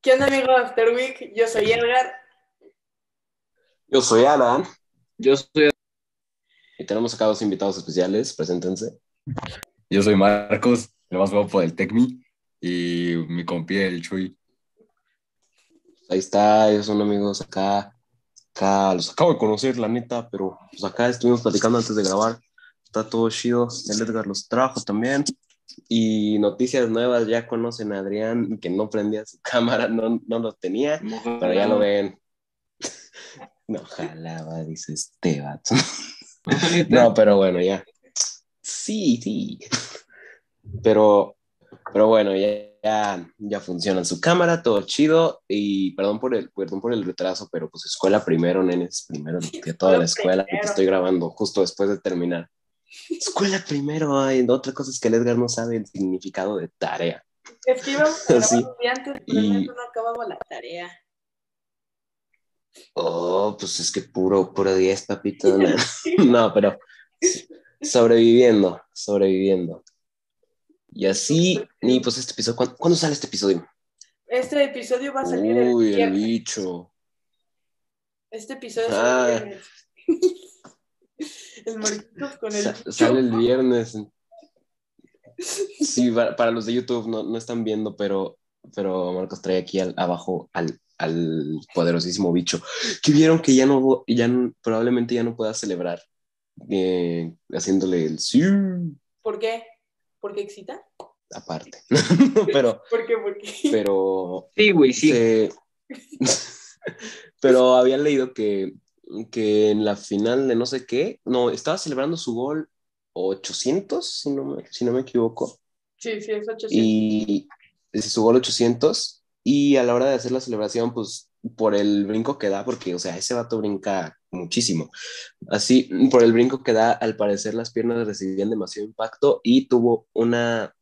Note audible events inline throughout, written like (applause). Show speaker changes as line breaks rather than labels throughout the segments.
¿Qué onda, amigo After Week? Yo soy Edgar.
Yo soy Alan.
Yo soy.
Y tenemos acá dos invitados especiales. Preséntense.
Yo soy Marcos, Pues, el más guapo del Tecmi. Y mi compi, el Chuy.
Ahí está, ellos son amigos acá. Acá los acabo de conocer, la neta, pero pues acá estuvimos platicando antes de grabar. Está todo chido. El Edgar los trajo también. Y noticias nuevas, ya conocen a Adrián, que no prendía su (laughs) cámara, no, no lo tenía, pero ya lo ven. (laughs) No jalaba, dice Esteban. (laughs) No, pero bueno, ya. Sí, sí. Pero, pero bueno, ya, ya, ya funciona su cámara, todo chido. Y perdón por el, perdón por el retraso, pero pues escuela primero, nenes, (laughs) primero que toda la escuela. y te estoy grabando justo después de terminar. Escuela primero, ay, otra cosa es que el Edgar no sabe el significado de tarea.
Es
(laughs)
que íbamos a grabar
Sí.
un día antes, pero
Y-
realmente no acabamos la tarea.
Oh, pues es que puro, puro
(laughs)
10, papito. No, (laughs) No, pero sobreviviendo, sobreviviendo. Y así, y pues este episodio, ¿cuándo, cuándo sale este episodio?
Este episodio va a salir el
Uy, el
viernes.
bicho.
Este episodio
Ah.
sale el viernes. (laughs) el Marquitos con el
Sa-
bicho.
sale el viernes. Sí, para, para los de YouTube no, no están viendo, pero, pero Marcos trae aquí al, abajo al, al poderosísimo bicho. Que vieron que ya no, ya no- probablemente ya no pueda celebrar eh, haciéndole el sí
¿Por qué? ¿Por qué excita?
aparte. pero,
(laughs) ¿Por qué? ¿Por qué?
pero,
Sí, güey, sí.
se- (laughs) pero había leído que, que en la final de no sé qué, no, estaba celebrando su gol 800, si no me, si no me equivoco,
Sí, sí, es 800.
y es su gol 800, y a la hora de hacer la celebración, pues por el brinco que da, porque, o sea, ese vato brinca muchísimo. Así, por el brinco que da, al parecer las piernas recibían demasiado impacto y tuvo una,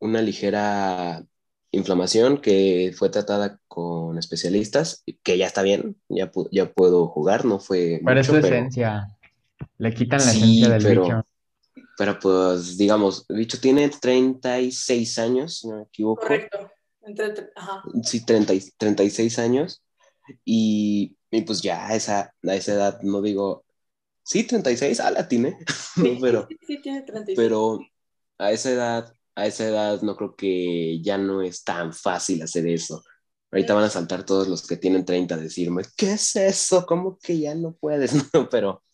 una ligera inflamación que fue tratada con especialistas, que ya está bien, ya, pu- ya puedo jugar, no fue
Pero es
mucho,
su
pero-
esencia. Le quitan la
Sí,
esencia del
pero-
bicho.
pero pues digamos, el bicho tiene 36 años, si no me equivoco.
Correcto. Entre, ajá.
sí, 30, y- 36 años. Y, y pues ya a esa, a esa edad, no digo, sí, 36, ah, la tiene, (laughs)
Sí,
pero,
sí, sí, tiene 36.
pero a esa edad, a esa edad no creo que ya no es tan fácil hacer eso. Ahorita van a saltar todos los que tienen 30 a decirme, ¿qué es eso? ¿Cómo que ya no puedes? (laughs) No, pero,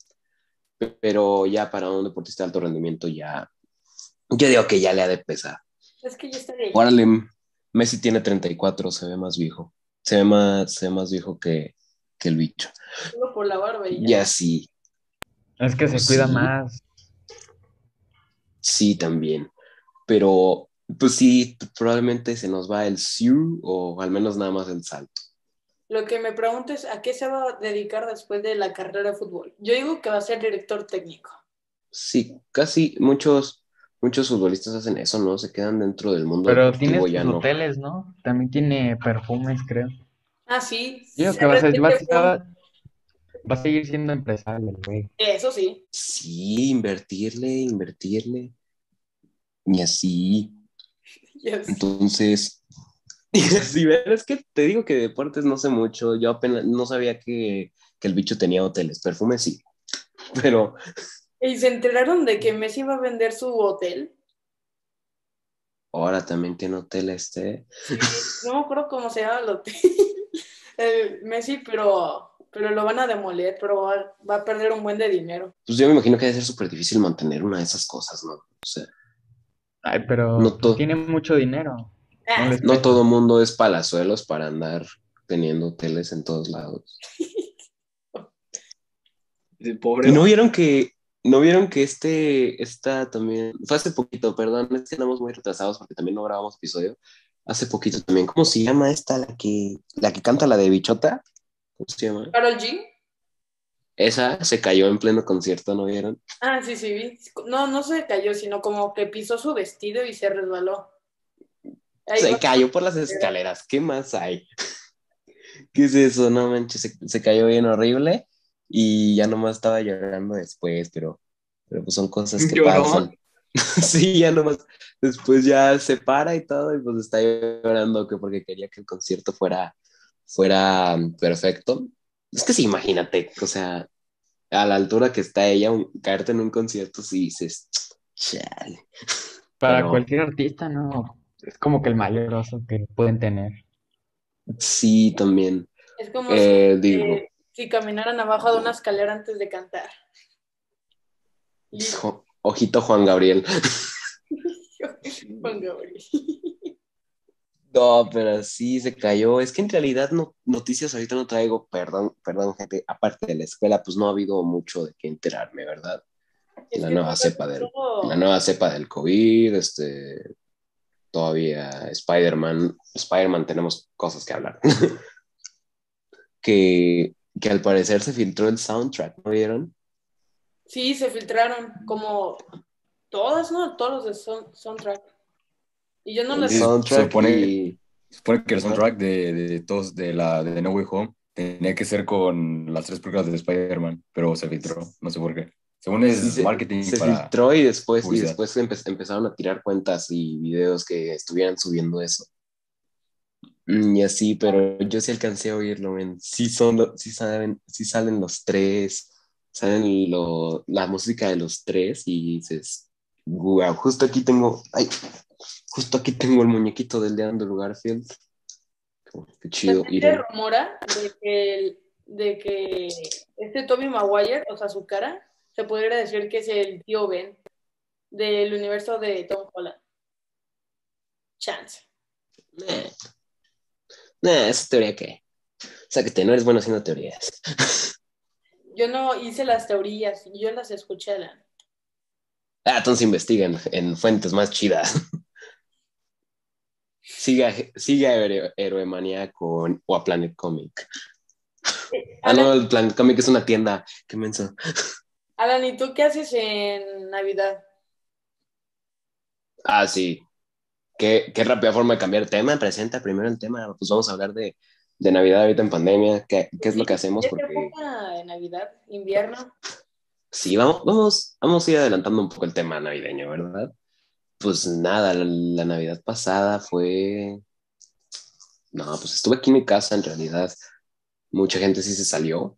pero ya para un deportista de alto rendimiento ya, yo digo que ya le ha de pesar.
Es que ya está de
Órale, Messi tiene 34, se ve más viejo. Se ve más, se ve más viejo que, que el bicho.
solo por la barba y ya.
Y así,
Es que se cuida
Sí.
más.
sí también. Pero, pues sí, probablemente se nos va el Siu o al menos nada más el salto.
Lo que me pregunto es a qué se va a dedicar después de la carrera de fútbol. Yo digo que va a ser director técnico.
Sí, casi muchos, muchos futbolistas hacen eso, ¿no? Se quedan dentro del mundo
Pero
deportivo,
tiene
ya
sus
no.
hoteles, ¿no? También tiene perfumes, creo.
Ah, sí.
Digo que va a, ser- va a- va a seguir siendo empresario, el güey.
Eso sí.
Sí, invertirle, invertirle. Y así.
Yes.
Entonces, si ves, es que te digo que deportes no sé mucho. Yo apenas no sabía que, que el bicho tenía hoteles. Perfumes sí. Pero
Y se enteraron de que Messi va a vender su hotel.
ahora también tiene hotel este.
Sí, no me acuerdo cómo se llama el hotel. (laughs) El Messi, pero, pero lo van a demoler, pero va, va a perder un buen de dinero.
Pues yo me imagino que debe ser súper difícil mantener una de esas cosas, ¿no? O sea,
Ay, pero
No todo.
tiene mucho dinero.
Ah,
No les
no
pesa.
todo mundo es palazuelos para andar teniendo hoteles en todos lados.
De pobre.
¿Y no vieron que, no vieron que este, esta también, fue hace poquito, perdón, es que andamos muy retrasados porque también no grabamos episodio. Hace poquito también. ¿Cómo se llama esta la que, la que canta la de Bichota? ¿Cómo se llama?
Karol G.
Esa se cayó en pleno concierto, ¿no vieron?
Ah, sí, sí, vi. No, no se cayó, sino como que pisó su vestido y se resbaló. Ahí
Se
va.
cayó por las escaleras. ¿Qué más hay? (laughs) ¿Qué es eso? No manches, se, se cayó bien horrible y ya nomás estaba llorando después, pero, pero pues son cosas que
Lloró.
pasan. (laughs) sí, ya nomás. Después ya se para y todo, y pues está llorando que porque quería que el concierto fuera, fuera mm, perfecto. Es que sí, imagínate, o sea, a la altura que está ella, un- caerte en un concierto, si dices, chale.
Para
Pero-
cualquier artista, no. Es como que el mayor oso que pueden tener.
Sí, también.
Es como
Eh,
si,
digo,
eh, si caminaran abajo de una escalera antes de cantar. Y-
jo- ojito Juan Gabriel.
(laughs) Juan Gabriel.
No, pero sí se cayó. Es que en realidad no, noticias ahorita no traigo, perdón, perdón, gente, aparte de la escuela, pues no ha habido mucho de qué enterarme, ¿verdad?
Es
La
que
nueva
todo-
cepa del-
todo-
La nueva cepa del COVID, este, todavía Spider-Man, Spider-Man tenemos cosas que hablar. (laughs) que, que al parecer se filtró el soundtrack, ¿no vieron?
Sí, se filtraron como todas, ¿no? Todos los de son- soundtrack. Y yo no
El
las...
Sí.
soundtrack
supone-
y-
Supone que el soundtrack de, de todos de la de No Way Home tenía que ser con las tres películas de Spider-Man, pero se filtró, no sé por qué. Según es
Sí, se-
marketing
se
para
filtró y después, y
publicidad.
después empe- empezaron a tirar cuentas y videos que estuvieran subiendo eso. Mm, Y así, pero yo sí alcancé a oírlo, men. Sí, son lo- sí, saben, sí salen los tres, salen lo, la música de los tres y dices, wow, justo aquí tengo, ay, justo aquí tengo el muñequito del de Andrew Garfield. Qué chido.
También
ir
se rumora de que, el- de que este Toby Maguire, o sea, su cara, se podría decir que es el tío Ben del universo de Tom Holland. Chance.
Nah. Nah, esa teoría que. Sáquete, no eres bueno haciendo teorías.
Yo no hice las teorías, yo las escuché, Alan.
Ah, entonces investiguen en fuentes más chidas. Siga, siga a Hero- Heroemania con, o a Planet Comic. Ah, no, el Planet Comic es una tienda. Qué menso.
Alan, ¿y tú qué haces en Navidad?
Ah, sí. Qué, qué rápida forma de cambiar tema. Presenta primero el tema. Pues vamos a hablar de, de Navidad ahorita en pandemia. ¿Qué, qué es lo que hacemos?
¿Es
Porque
época de Navidad? ¿Invierno?
sí, vamos, vamos, vamos a ir adelantando un poco el tema navideño, ¿verdad? Pues nada, la, la Navidad pasada fue... No, pues estuve aquí en mi casa en realidad. Mucha gente sí se salió.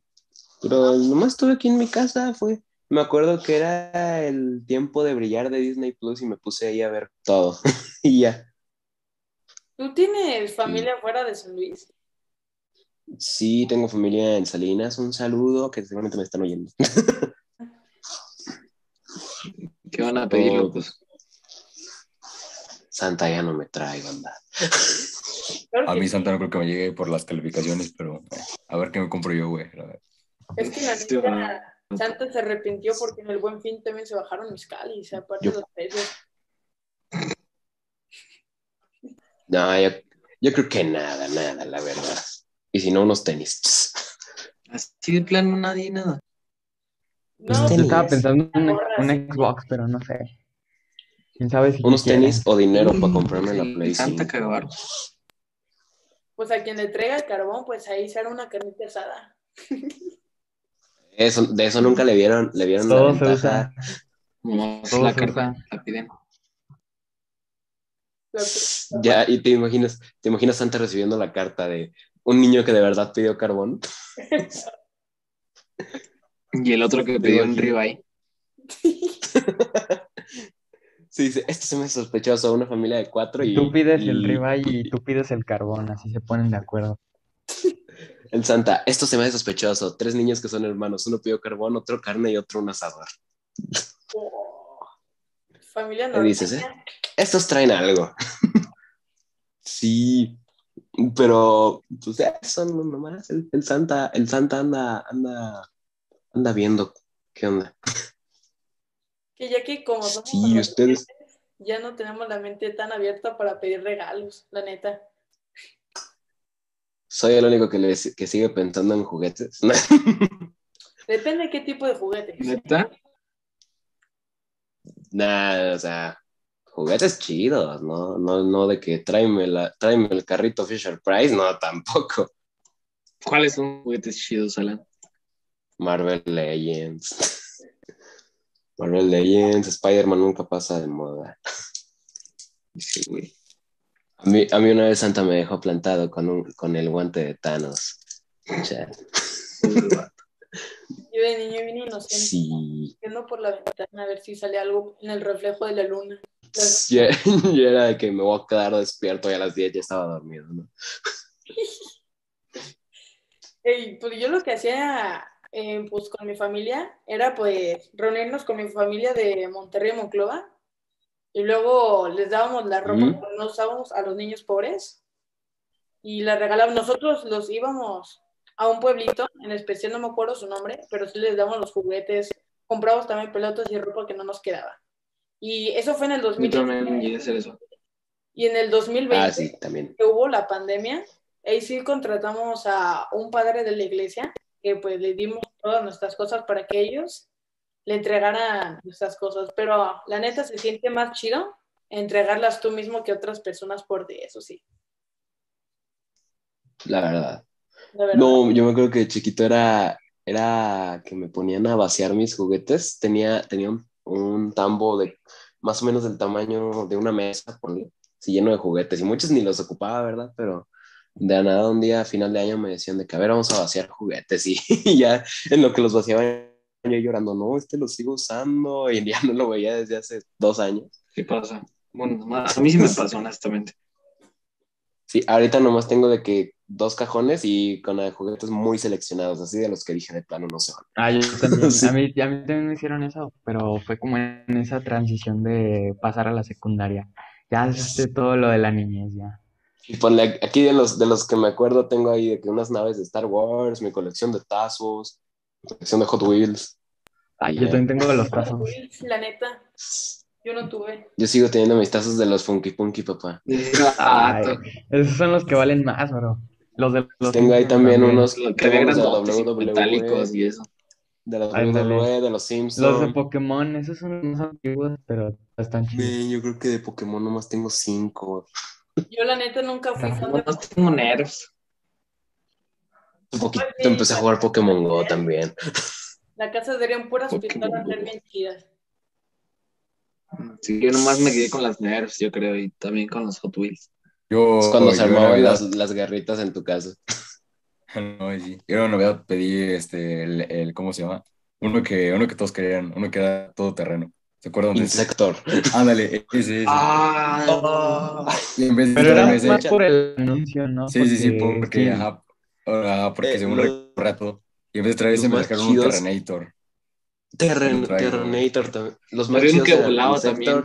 Pero nomás estuve aquí en mi casa, fue... Me acuerdo que era el tiempo de brillar de Disney Plus y me puse ahí a ver todo. (laughs) y ya.
¿Tú tienes familia fuera de San Luis?
Sí, tengo familia en Salinas. Un saludo, que seguramente me están oyendo.
¿Qué van a pedir,
No,
locos?
Santa ya no me trae, banda.
Claro
A
que
mí
sí.
Santa no creo que me llegue por las calificaciones, pero eh, a ver qué me compro yo, güey. la verdad.
Es que la
Este
neta,
man.
Santa se arrepintió porque en el Buen Fin también se bajaron mis calis, aparte
Yo-
de los precios.
No, yo, yo creo que nada, nada, la verdad. Y si no, unos tenis.
(laughs)
pues.
Así de plano nadie nada.
No,
Yo
tenis.
estaba pensando en una,
Ahorras.
una Xbox, pero no sé. ¿Quién sabe si
Unos
quisiera.
tenis o dinero para
Mm,
comprarme la
sí,
Play
Santa
5.
cagar.
pues a quien le traiga el carbón, pues ahí se hará una carnita asada.
Eso, de eso nunca le vieron, le vieron la
Todo se
ventaja.
usa.
Como
Todo
la
se
carta,
usa.
la piden.
Lo que-
Ya, y te imaginas, te imaginas Santa recibiendo la carta de un niño que de verdad pidió carbón.
Y el otro que
Te
pidió un
imagino.
ribeye.
Sí, dice, esto se me hace sospechoso a una familia de cuatro y.
Tú pides
y-
el ribeye y tú pides el carbón, así se ponen de acuerdo.
El Santa, esto se me hace sospechoso. Tres niños que son hermanos, uno pidió carbón, otro carne y otro un asador.
Oh. Familia
¿Qué dices, eh?
norteña.
Estos traen algo. sí, pero pues eso no- nomás. El, el Santa, el Santa anda, anda, anda viendo qué onda.
Que ya que como somos
Sí, ustedes.
ya no tenemos la mente tan abierta para pedir regalos, la neta.
Soy el único que, les- que sigue pensando en juguetes. (laughs)
Depende de qué tipo de juguete.
¿Neta?
Nada, o sea, juguetes chidos, ¿no? No, no de que tráeme, la, tráeme el carrito Fisher Price, no, tampoco. (laughs)
¿Cuáles son juguetes chidos, Alan?
Marvel Legends. (laughs) Marvel Legends, Spider-Man nunca pasa de moda. (laughs)
Sí, güey.
A mí, a mí una vez Santa me dejó plantado con, un- con el guante de Thanos. Chat.
Yo de niño vine inocente,
Sí. (laughs)
viendo por la ventana a ver si sale algo en el reflejo de la luna. Las-
Yo, yo era de que me voy a quedar despierto y a las 10 ya estaba dormido, ¿no?
Ey, pues yo lo que hacía eh, pues con mi familia era pues reunirnos con mi familia de Monterrey Monclova y luego les dábamos la ropa
Ujú.
que nos dábamos a los niños pobres y la regalábamos. Nosotros los íbamos a un pueblito, en especial no me acuerdo su nombre, pero sí les dábamos los juguetes, compramos también pelotas y ropa que no nos quedaba. Y eso fue en el
Yo
2000
también llegué a hacer eso.
y en el 2020
Ah, sí, también.
que hubo la pandemia, ahí sí contratamos a un padre de la iglesia que pues le dimos todas nuestras cosas para que ellos le entregaran nuestras cosas, pero la neta se siente más chido entregarlas tú mismo que otras personas por ti, eso sí,
La verdad.
la verdad.
No, yo me acuerdo que de chiquito era, era que me ponían a vaciar mis juguetes. Tenía, tenía un, un tambo de más o menos del tamaño de una mesa, ponle, sí, lleno de juguetes. Y muchos ni los ocupaba, ¿verdad? Pero de la nada un día a final de año me decían de que, a ver, vamos a vaciar juguetes. (laughs) Y, ya en lo que los vaciaba yo llorando, no, este lo sigo usando. (laughs) Y ya no lo veía desde hace dos años.
¿Qué pasa? Bueno, más- a mí sí me pasó, honestamente. (laughs)
Sí, ahorita nomás tengo de que dos cajones y con eh, juguetes muy seleccionados, así de los que dije de plano no se van. (laughs)
Ah, yo también.
Sí.
A mí, a mí también me hicieron eso, pero fue como en esa transición de pasar a la secundaria. Ya haces todo lo de la niñez, ya.
Y ponle, aquí de los, de los que me acuerdo tengo ahí de que unas naves de Star Wars, mi colección de tazos, mi colección de Hot Wheels.
Ay, yo también tengo
(laughs)
los tazos.
La neta, yo no tuve.
Yo sigo teniendo mis tazos de los Funky Punky, papá.
Ah,
Ay, Esos son los que valen más, bro. Los de los
Tengo ahí también unos
lo que había
tengo los de la
grandotes y
WWE,
metálicos y eso.
de los
Ay, dale.
WWE, E, de los
Los de
Simpsons.
Pokémon, esos son más antiguos, pero están chidos.
Man, yo creo que de Pokémon nomás tengo cinco.
Yo la neta nunca fui fan de
No tengo nervios.
Un poquito empecé a jugar Pokémon Go también.
la casa serían puras
Pokémon.
pistolas ver bien chidas.
Sí, yo nomás me quedé con las nerfs, yo creo, y también con los Hot Wheels.
Yo,
Es cuando se
Oh, yo en
armaban
Navidad-
las, las garritas en tu casa.
(laughs) No, sí. Yo en Navidad pedí este, el, el- ¿cómo se llama? Uno que, uno que todos querían, uno que era todo terreno. ¿Se acuerdan de ese?
Insector.
Ándale, ese, ese.
Ah,
Y en vez de
Pero era
darme
más
ese-
por el anuncio, ¿no?
Sí, sí, sí,
Porque
porque,
sí,
ajá, ajá, porque
Eh,
según
los-
recuerdo un rato, y en vez de traer ese
los
me
más
dejaron un
chidos.
Terrenator.
Terren-
Un trailer.
Terrenator también. Los
Había uno
chidos
que
eran
volaba también.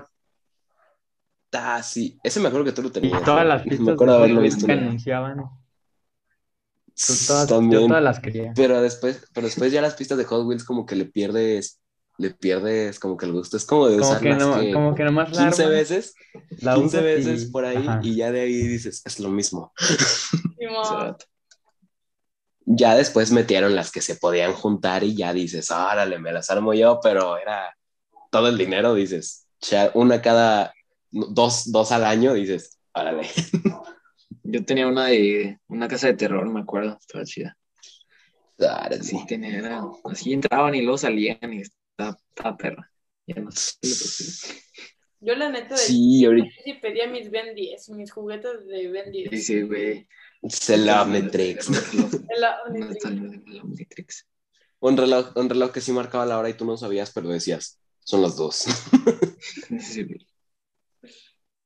Ah, sí. Ese me acuerdo que tú lo
Y
tenías.
todas
¿no?
las
Me
pistas
acuerdo
de
haberlo
Hot
visto.
Wheels que anunciaban, yo todas, yo
También.
todas las quería.
Pero después, pero después ya las pistas de Hot Wheels como que le pierdes, le pierdes como que el gusto. Es como de
Como que,
usarlas
no,
Pues que
como que nomás la
15
armas,
veces,
la
15
usas y-
veces por ahí
ajá.
y ya de ahí dices, es lo mismo. Ah.
Simón,
Ya después metieron las que se podían juntar y ya dices, órale, me las armo yo, pero era todo el dinero, dices, cha- una cada dos, dos al año, dices, órale.
Yo tenía una de una casa de terror, me acuerdo, estaba chida.
Ahora
Así
sí.
tenía, era- así entraban y luego salían y estaba, estaba perra. Ya no sé.
Yo la neta de
Sí, ahorita
sí pedía mis Ben 10, mis juguetes de Ben 10.
Dice, güey.
se la Matrix.
La-
No
(laughs)
está el de la Omnitrix.
Un reloj, un reloj que sí marcaba la hora y tú no sabías, pero decías, son las dos. (laughs)
Sí, güey.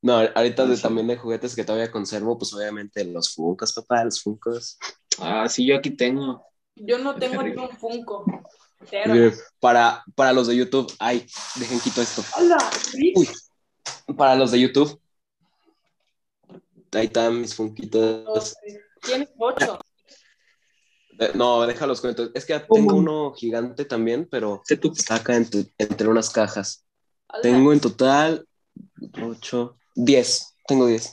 No, ahorita de-
Sí.
también de juguetes que todavía conservo, pues obviamente los Funkos, papá, los Funkos.
Ah, sí, yo aquí tengo.
Yo no tengo ni un Funko. Cero.
Miren, Para, para los de YouTube, ay, dejen quito esto.
¡Hala! ¿sí?
Uy. Para los de YouTube. Ahí están mis funquitos.
Tienes ocho.
De- No, déjalos cuentos. Es que tengo uno gigante también, pero
Sé tú.
está acá entre, entre unas cajas.
¡Hala!
Tengo en total 8, 10. Tengo 10.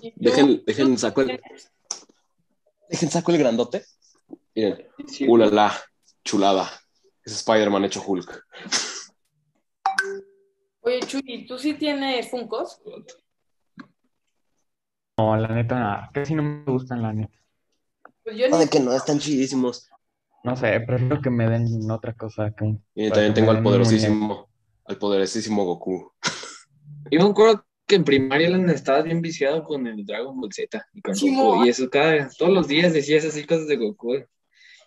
¿Y tú?
Dejen, dejen, saco el,
¿Tienes?
(laughs) dejen, saco el grandote. Miren, ulala, chulada. Es Spider-Man hecho Hulk.
Oye, Chuy, ¿tú sí tienes Funkos?
No, la neta, casi no me gustan, la neta.
Pues yo
No,
ni...
de que no, están chidísimos.
No sé, prefiero que me den otra cosa que un...
Y
Para
también tengo al
tener un muñeco.
poderosísimo, al poderosísimo Goku.
Yo me acuerdo que en primaria Alan, estabas bien viciado con el Dragon Ball Z y con
Sí,
Goku.
no.
Y eso cada, todos los días decías así cosas de Goku.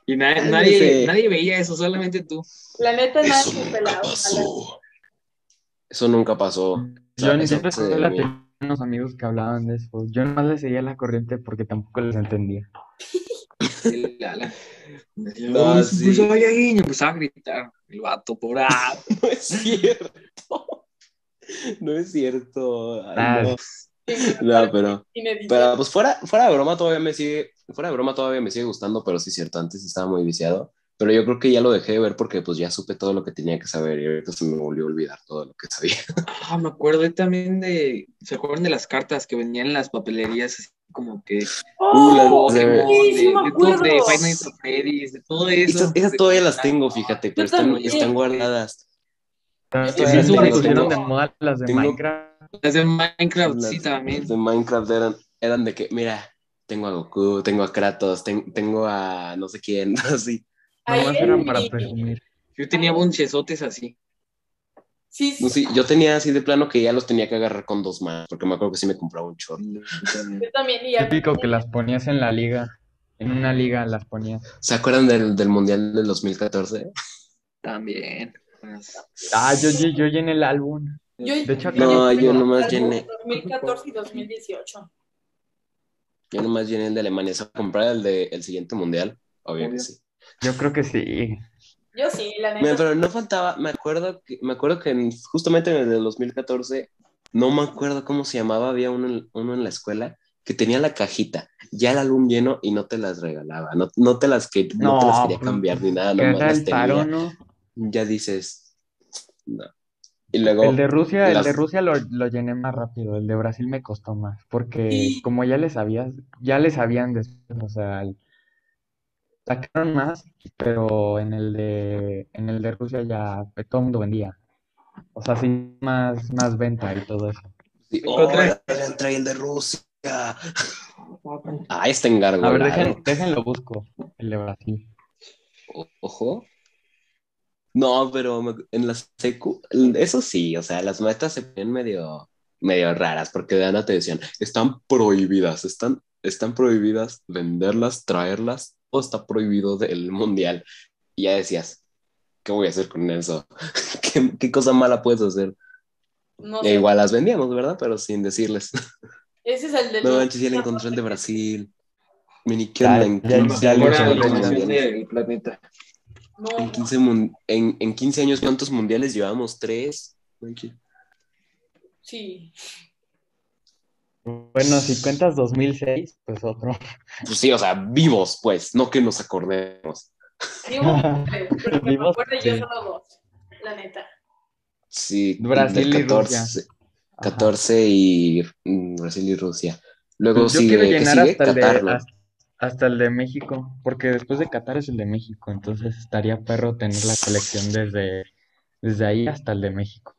Y na-
Cálmese.
nadie, nadie veía eso, solamente tú.
La neta, nada
Eso
que
nunca
pelado.
pasó. Eso nunca pasó.
Yo ni
Eso
siempre
se-
la tenía unos amigos que hablaban de eso. Yo nomás les seguía la corriente porque tampoco les entendía.
El Alan. Decía,
No,
"Uy,
sí.
Pues vaya guiño, empezaba a gritar. El vato por ah,
(laughs) No es cierto. No es cierto. Ay,
Ah,
no.
Sí,
No, pero,
inédito.
pero pues fuera, fuera de broma todavía me sigue, fuera de broma todavía me sigue gustando, pero sí es cierto, antes estaba muy viciado, pero yo creo que ya lo dejé de ver porque pues ya supe todo lo que tenía que saber y ahorita se me volvió a olvidar todo lo que sabía.
Ah, me acuerdo también de. ¿Se acuerdan de las cartas que venían en las papelerías? Así como que.
¡Oh!
Uh, la-
Pokémon,
sí, sí
de,
me
de
acuerdo.
todo- de Five Nights at Freddy's, de todo eso.
Esas, esas
De-
todavía las tengo, fíjate, pero están,
también.
están guardadas.
Pero
Sí,
todavía
sí,
se
sí,
Ah, pusieron
sí.
de moda las de
Tengo-
Minecraft.
Las de Minecraft,
Las-
sí,
las
también.
de Minecraft eran, eran de que, mira, tengo a Goku, tengo a Kratos, ten- tengo a no sé quién, (laughs) así.
Ahí
Nomás
en
eran para
mi-
presumir.
Yo tenía bonchesotes así.
Sí, sí,
No sé, Pues yo tenía así de plano que ya los tenía que agarrar con dos manos, porque me acuerdo que sí me compraba un chorro.
yo también. Y ya-
Típico que las ponías en la liga. En una liga las ponías.
¿Se acuerdan del, del Mundial del 2014?
También.
Ah, yo, yo, yo llené el álbum.
yo-
De hecho,
No, yo nomás
álbum
llené.
2014 y 2018.
Yo nomás llené el de Alemania. ¿Se va a comprar el, de, el siguiente Mundial? Obvio que
Obvio.
sí.
Yo creo que sí.
Yo sí, la
Mira,
neta.
pero no faltaba, me acuerdo que, me acuerdo que en- justamente en el de 2014, no me acuerdo cómo se llamaba, había uno en, uno en la escuela que tenía la cajita, ya el álbum lleno y no te las regalaba, no, no te las que, no, te
No,
las quería
pues,
cambiar ni nada,
Que
nomás
era
las
el
tenía.
paro, ¿no?
Ya dices, no. Y luego,
El de Rusia, el
las-
de Rusia lo, lo llené más rápido, el de Brasil me costó más, porque
Sí.
como ya le sabías, ya le sabían después, o sea, el- sacaron más, pero en el de, en el de Rusia ya todo el mundo vendía. O sea, sí, más, más venta y todo eso.
sí,
¿Cuál
oh,
trae?
ya trae el de Rusia. Ah, este engargo.
A ver, dejen, déjenlo busco, el de Brasil.
O- Ojo. No, pero me- en la secu, eso sí, o sea, las maestras se ponían medio, medio raras porque de nada te decían, están prohibidas, están, están prohibidas venderlas, traerlas, todo está prohibido del mundial. Y ya decías, ¿qué voy a hacer con eso? (laughs) ¿Qué, qué cosa mala puedes hacer?
No
E
sé.
igual las vendíamos, ¿verdad? Pero sin decirles.
Ese es el de
No
los-
manches, ya le encontré el de Brasil. Mini
Ya,
en
ya, ya
15 años.
Ahora
lo hizo
en
la
el
otros
mundial.
dominación
mundiales.
del planeta.
No,
En 15, mun- en, en 15 años, ¿cuántos mundiales llevamos? ¿Tres? Manche.
sí.
Bueno, si cuentas 2006, pues otro.
Pues sí, o sea, vivos, pues, no que nos acordemos.
Digo,
(laughs)
tres, pero que me
Vimos
acuerdo yo
tres.
solo dos, la neta.
Sí,
Brasil
del
y Rusia.
14,
Ajá.
14 y mm, Brasil y Rusia. Luego
Pues Yo
sigue,
quiero
que
llenar
sigue
hasta el, de,
Qatar, ¿no?
hasta, hasta el de México, porque después de Qatar es el de México, entonces estaría perro tener la colección desde, desde ahí hasta el de México.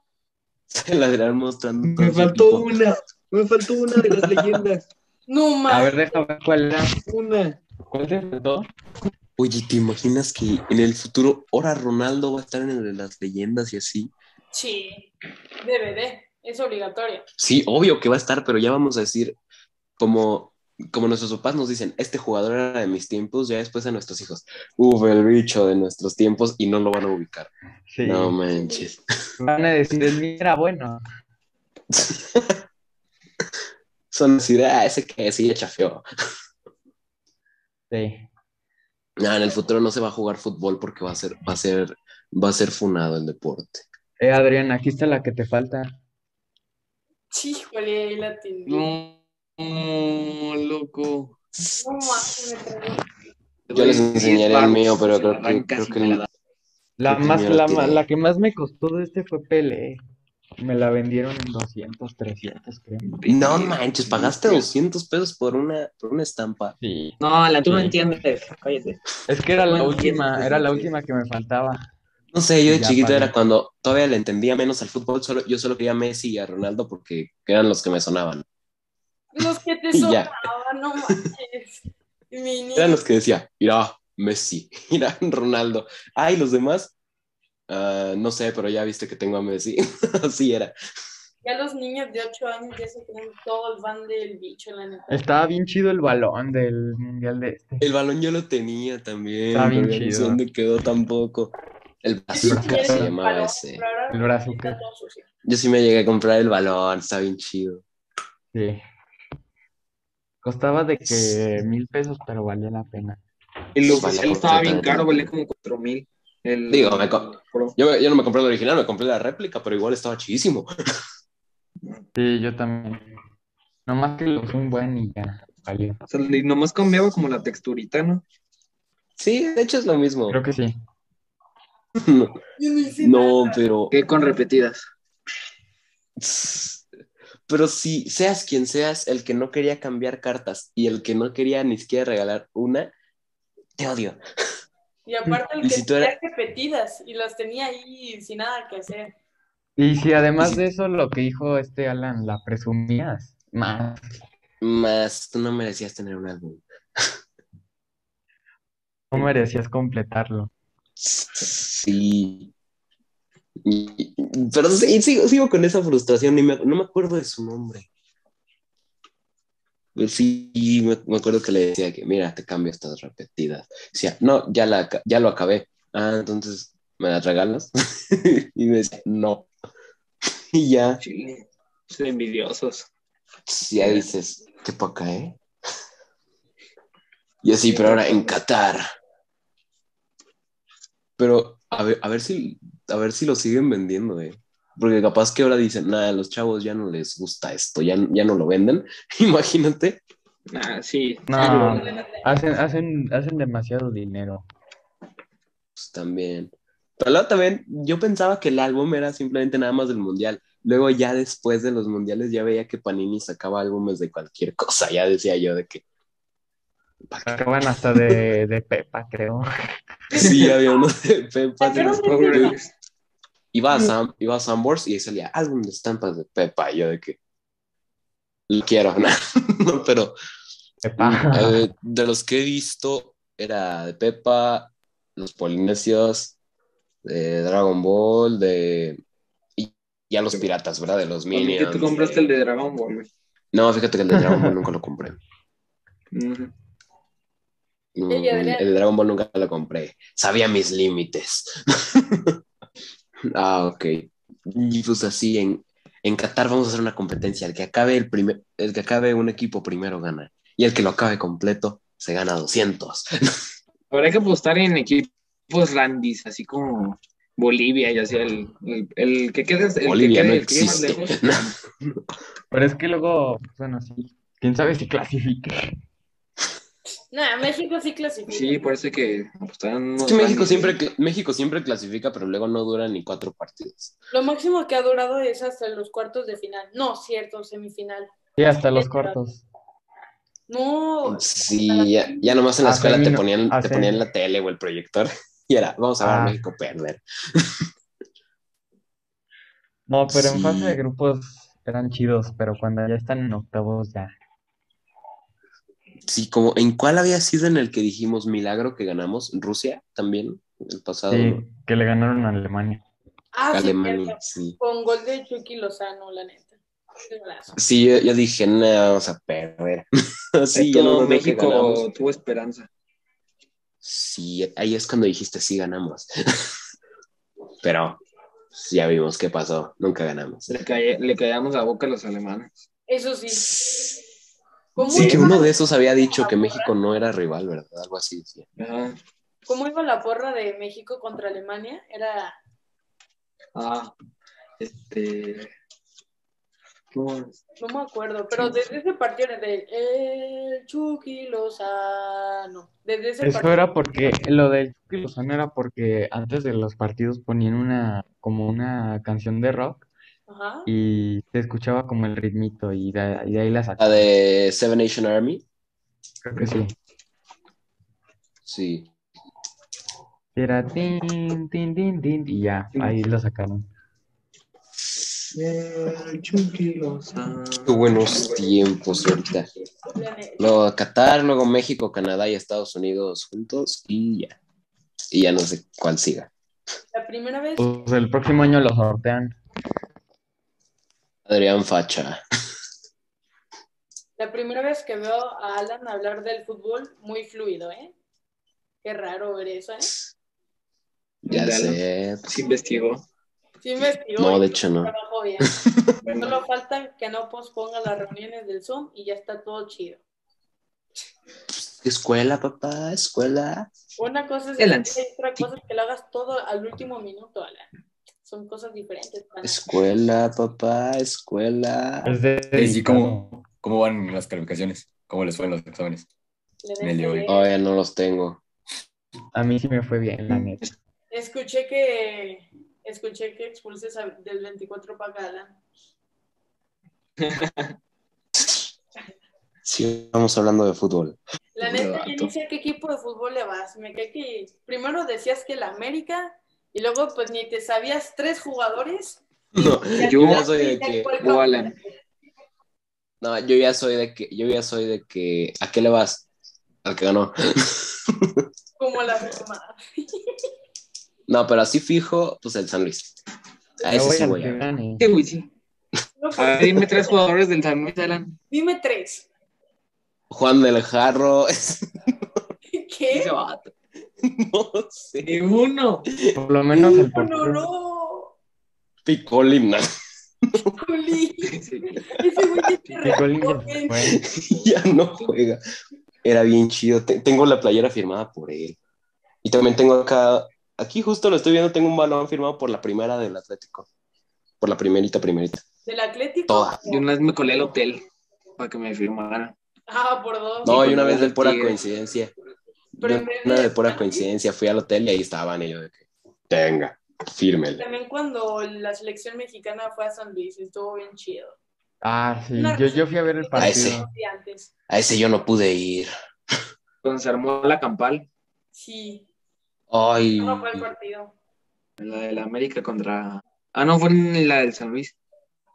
Se (laughs) la irán mostrando. todo
Me
su
faltó
equipo.
una. Me faltó una de las leyendas.
No
A
más.
ver, déjame ver cuál era,
Una.
cuál te faltó.
Oye, ¿te imaginas que en el futuro ahora Ronaldo va a estar en el de las leyendas y así?
Sí. DVD. Es obligatorio.
Sí, obvio que va a estar, pero ya vamos a decir, como, como nuestros papás nos dicen, este jugador era de mis tiempos, ya después a nuestros hijos, uf, el bicho de nuestros tiempos y no lo van a ubicar.
Sí,
No manches.
van a decir, el mío era bueno.
Son así, ah, ese que sí ya chafeó.
Sí,
No, en el futuro no se va a jugar fútbol porque va a ser, va a ser, va a ser funado el deporte.
eh, Adrián, aquí está la que te falta.
Híjole, ahí la tiene. No,
No, no, loco.
más. me traigo.
Yo les enseñaré el mío, pero creo que- creo que el-
La,
Creo que
más,
ya la
la, ma-
tiré.
la que más me costó de este fue Pelé. Me la vendieron en 200, 300, creo.
No manches, pagaste 200 pesos por una, por una estampa.
Sí.
No, la tú no
Sí.
entiendes. Cállate.
Es que era la
Bueno,
última,
sí,
era la
sí.
última que me faltaba.
No sé, yo de
Ya
chiquito
pagué.
era cuando todavía le entendía menos al fútbol, solo, yo solo quería a Messi y a Ronaldo porque eran los que me sonaban.
Los que te
(laughs) Y ya.
sonaban, no manches. Mi niño.
Eran los que decía, mira, Messi, (laughs) mira, Ronaldo. Ay, los demás, ah, no sé, pero ya viste que tengo a Messi. (laughs) Así era.
Ya los niños de 8 años ya se creen todo el van del bicho, la neta.
Estaba bien chido el balón del mundial de este.
El balón yo lo tenía también.
Está bien
pero ya no sé
chido.
dónde quedó tampoco. El
Sí,
bazooka
sí,
se
sí,
llamaba
pero-
ese.
pero ahora
El brazuca.
está todo sucio.
Yo sí me llegué a comprar el balón, está bien chido.
Sí. Costaba de que mil pesos, pero valía la pena.
El
Sí,
oficial
vale,
estaba bien
completamente.
caro, valía como 4 mil. El-
Digo, me co-
Pro.
Yo, me- yo no me compré el original, me compré la réplica, pero igual estaba chidísimo.
Sí, yo también. Nomás que lo usé un buen y ya valió.
O sea, y nomás cambiaba como la texturita, ¿no?
Sí, de hecho es lo mismo.
Creo que sí.
Yo no hice
No,
nada.
pero.
Que con repetidas.
(laughs) Pero si seas quien seas, el que no quería cambiar cartas y el que no quería ni siquiera regalar una, te odio.
Y aparte el
Y
que
si tú eras-
tenía repetidas y las tenía ahí sin nada que hacer.
Y si además
Y si-
de eso, lo que dijo este Alan, la presumías más.
Más, tú no merecías tener un álbum.
No merecías completarlo.
Sí. Y- y- Pero sí, sigo, sigo con esa frustración y me- no me acuerdo de su nombre. Pero Sí, me, me acuerdo que le decía que, mira, te cambio estas repetidas. Decía, no, ya, la, ac- ya lo acabé. Ah, entonces, ¿me las regalas? (laughs) y me decía, no. (laughs) Y ya,
Chile. Son envidiosos.
ya dices, qué poca, ¿eh? Y así, pero ahora en Qatar. Pero a ver, a ver si a ver si lo siguen vendiendo, eh. Porque capaz que ahora dicen, nada, a los chavos ya no les gusta esto, ya, ya no lo venden. (laughs) Imagínate.
Ah, sí.
No.
Sí, lo-
Hacen, hacen, hacen demasiado dinero.
Pues también. Pero luego también, yo pensaba que el álbum era simplemente nada más del mundial. Luego ya después de los mundiales ya veía que Panini sacaba álbumes de cualquier cosa. Ya decía yo de que
Acaban hasta de, de Pepa, creo.
sí, había uno de Pepa. de
Pero
los
sí,
pobres.
sí,
Pobres.
iba a, Sam, iba a Sanborns y ahí salía álbum de estampas de Pepa. Y yo de que lo quiero, (laughs) no, No, pero
Pepa.
eh, de los que he visto era de Pepa, los Polinesios, de Dragon Ball, de. Y ya los piratas, ¿verdad? De los
Oye,
Minions. eh.
que tú compraste
de-
el de Dragon Ball, güey.
No, fíjate que el de Dragon Ball nunca lo compré.
Ujú.
Mm,
Ey, Adrián.
el de Dragon Ball nunca lo compré. Sabía mis límites. (laughs) ah, ok. Y pues así, en, en Qatar vamos a hacer una competencia. El que acabe el primer, el que acabe un equipo primero gana. Y el que lo acabe completo se gana 200.
Habrá que apostar en equipos randis, así como Bolivia y así el, el, el que quede. El
Bolivia
que
no
quede, el que quede más
existe.
lejos.
Pero es que luego, pues, bueno, sí. Quién sabe si clasifique.
Nada, México sí clasifica.
Sí, parece que apostaron.
Es que México siempre, cl- México siempre clasifica, pero luego no dura ni cuatro partidos.
Lo máximo que ha durado es hasta los cuartos de final. No, cierto, semifinal.
Sí, hasta los cortos.
Oh,
No,
Sí, ya, ya nomás en la
Ah,
escuela te
femino-
ponían,
ah,
te
sí.
ponían la tele o el proyector. (laughs) Y era, vamos a ver a
Ah.
México perder.
No, pero en
Sí.
fase de grupos eran chidos, pero cuando ya están en octavos ya.
Sí, como en cuál había sido en el que dijimos milagro que ganamos, Rusia también, el pasado,
Sí,
¿no?
que le ganaron a Alemania.
ah, sí,
Alemania,
cierto.
sí.
con gol de Chucky Lozano, la neta. Qué golazo.
Sí, yo, yo dije, no, vamos a perder. (laughs) sí, ya no nos veo que ganamos.
México tuvo esperanza.
Sí, ahí es cuando dijiste, sí, ganamos. (laughs) Pero pues, ya vimos qué pasó, nunca ganamos.
Le, cae- le callamos la boca a los alemanes.
Eso sí. ¿Cómo
Sí, que
iba-
uno de esos había dicho que México no era rival, ¿verdad? Algo así decía.
Ajá.
¿Cómo iba la porra de México contra Alemania? Era
Ah, este. ¿cómo es?
No me acuerdo, pero desde ese partido era de el Chucky Lozano. Desde ese
Eso
partido.
era porque, lo del Chucky Lozano era porque antes de los partidos ponían una, como una canción de rock
Ajá.
y se escuchaba como el ritmito y de, y de ahí la
La
sacaron.
de Seven Nation Army,
Creo que sí.
sí.
Era tin, tin, tin, tin, y ya, ahí lo sacaron.
El Chucky Lozano. Ah,
Qué buenos tiempos ahorita. Luego Qatar, luego México, Canadá y Estados Unidos juntos y ya. Y ya no sé cuál siga.
La primera vez,
Pues el próximo año lo sortean.
Adrián Facha.
la primera vez que veo a Alan hablar del fútbol muy fluido, ¿eh? Qué raro ver eso, ¿eh?
Ya
Dale.
sé.
Sí investigó.
Sí investigó
No,
y
de hecho, no.
trabajó
(laughs)
bien. Solo falta que no posponga las reuniones del Zoom y ya está todo chido.
Escuela, papá, escuela.
Una cosa es
Adelante.
que otra cosa es que lo hagas todo al último minuto, Alan. Son cosas diferentes. pana.
Escuela, papá, escuela.
Es de-
Ey, ¿Y cómo, cómo van las calificaciones? ¿Cómo les fue en los exámenes?
Le
me le oí.
dejé-
Todavía no los tengo.
A mí sí me fue bien, la neta.
Escuché que escuché que expulses a- del 24 para Alan.
Sigamos hablando de fútbol.
La
Pobre
neta, yo
vato.
ni sé a qué equipo de fútbol le vas. Me cae que primero decías que el América y luego pues ni te sabías tres jugadores. Ya-
yo
ya-
soy de
ya
que-
cuál
o "Oh, Alan.
No, yo ya soy de que, yo ya soy de que, ¿a qué le vas? Al que ganó.
Como la forma.
No, pero así fijo, pues el San Luis. A
Yo
ese
voy
sí
al
voy
que
a.
gane.
Sí, güey, sí.
No,
A ver,
pues,
dime tres jugadores del San Luis, Alan.
dime tres. (laughs)
Juan del Jarro, (laughs) es-
¿Qué?
no sé. (laughs)
Ni uno.
Por lo menos
(laughs)
el
No, no,
portero.
no.
Picolín, no.
Juli.
(laughs)
Sí.
Ese güey ya te
Y Colin
(laughs) recortó,
se fue.
ya no juega. Era bien chido. Te- Tengo la playera firmada por él. Y también tengo acá, aquí justo lo estoy viendo, tengo un balón firmado por la primera del Atlético. Por la primerita, primerita.
Del Atlético.
Toda.
Yo una vez me colé al hotel para que me firmaran.
Ah, por dos.
No,
Sí,
y una
con
vez
el
de pura
Tigre.
coincidencia.
Pero
Yo-
en vez
una
de-
de pura coincidencia, fui al hotel y ahí estaban y yo de que, tenga, fírmele.
También cuando la selección mexicana fue a San Luis, estuvo bien chido.
Ah, sí.
Una
Yo, yo fui a ver el
Para
A ese.
partido.
antes.
A ese yo no pude ir.
Cuando se armó la campal,
Sí,
Ay,
no fue el partido.
la de la América contra. Ah, no, fue en la del San Luis.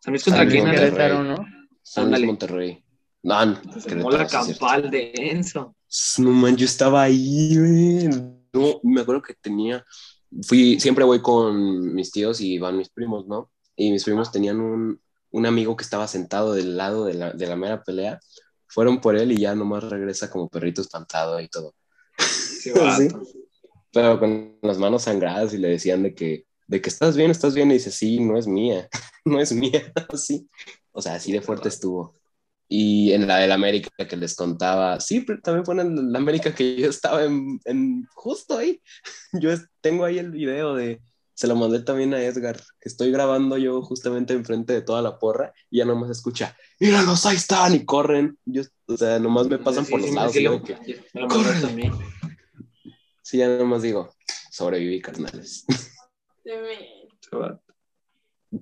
San Luis contra
San Luis
quién,
contra
Alan?
Querétaro, ¿no?
San Luis
ándale.
Monterrey. No, no,
Se
Querétaro,
armó
sí
la
es cierto.
campal de Enzo.
Pues, No man, yo estaba ahí, güey. No, me acuerdo que tenía. Fui, siempre voy con mis tíos y van mis primos, ¿no? Y mis primos tenían un, un amigo que estaba sentado del lado de la, de la mera pelea. Fueron por él y ya nomás regresa como perrito espantado y todo.
Ese vato.
Pero con las manos sangradas y le decían de que, de que estás bien, estás bien. Y dice, sí, no es mía, (laughs) no es mía, (laughs) así. O sea, así de fuerte estuvo. Y en la del América que les contaba, sí, pero también fue en la América que yo estaba en, en- justo ahí. (laughs) Yo es- tengo ahí el video de, se lo mandé también a Edgar, que estoy grabando yo justamente enfrente de toda la porra y ya nomás escucha, míralos, ahí están y corren. Yo, o sea, nomás me pasan
Sí,
por
sí,
los
sí,
lados.
sí,
y yo
lo-
de que,
me lo mandaron
Corre.
a mí.
sí, ya nomás digo, sobreviví, carnales.
Se me-
Ese vato.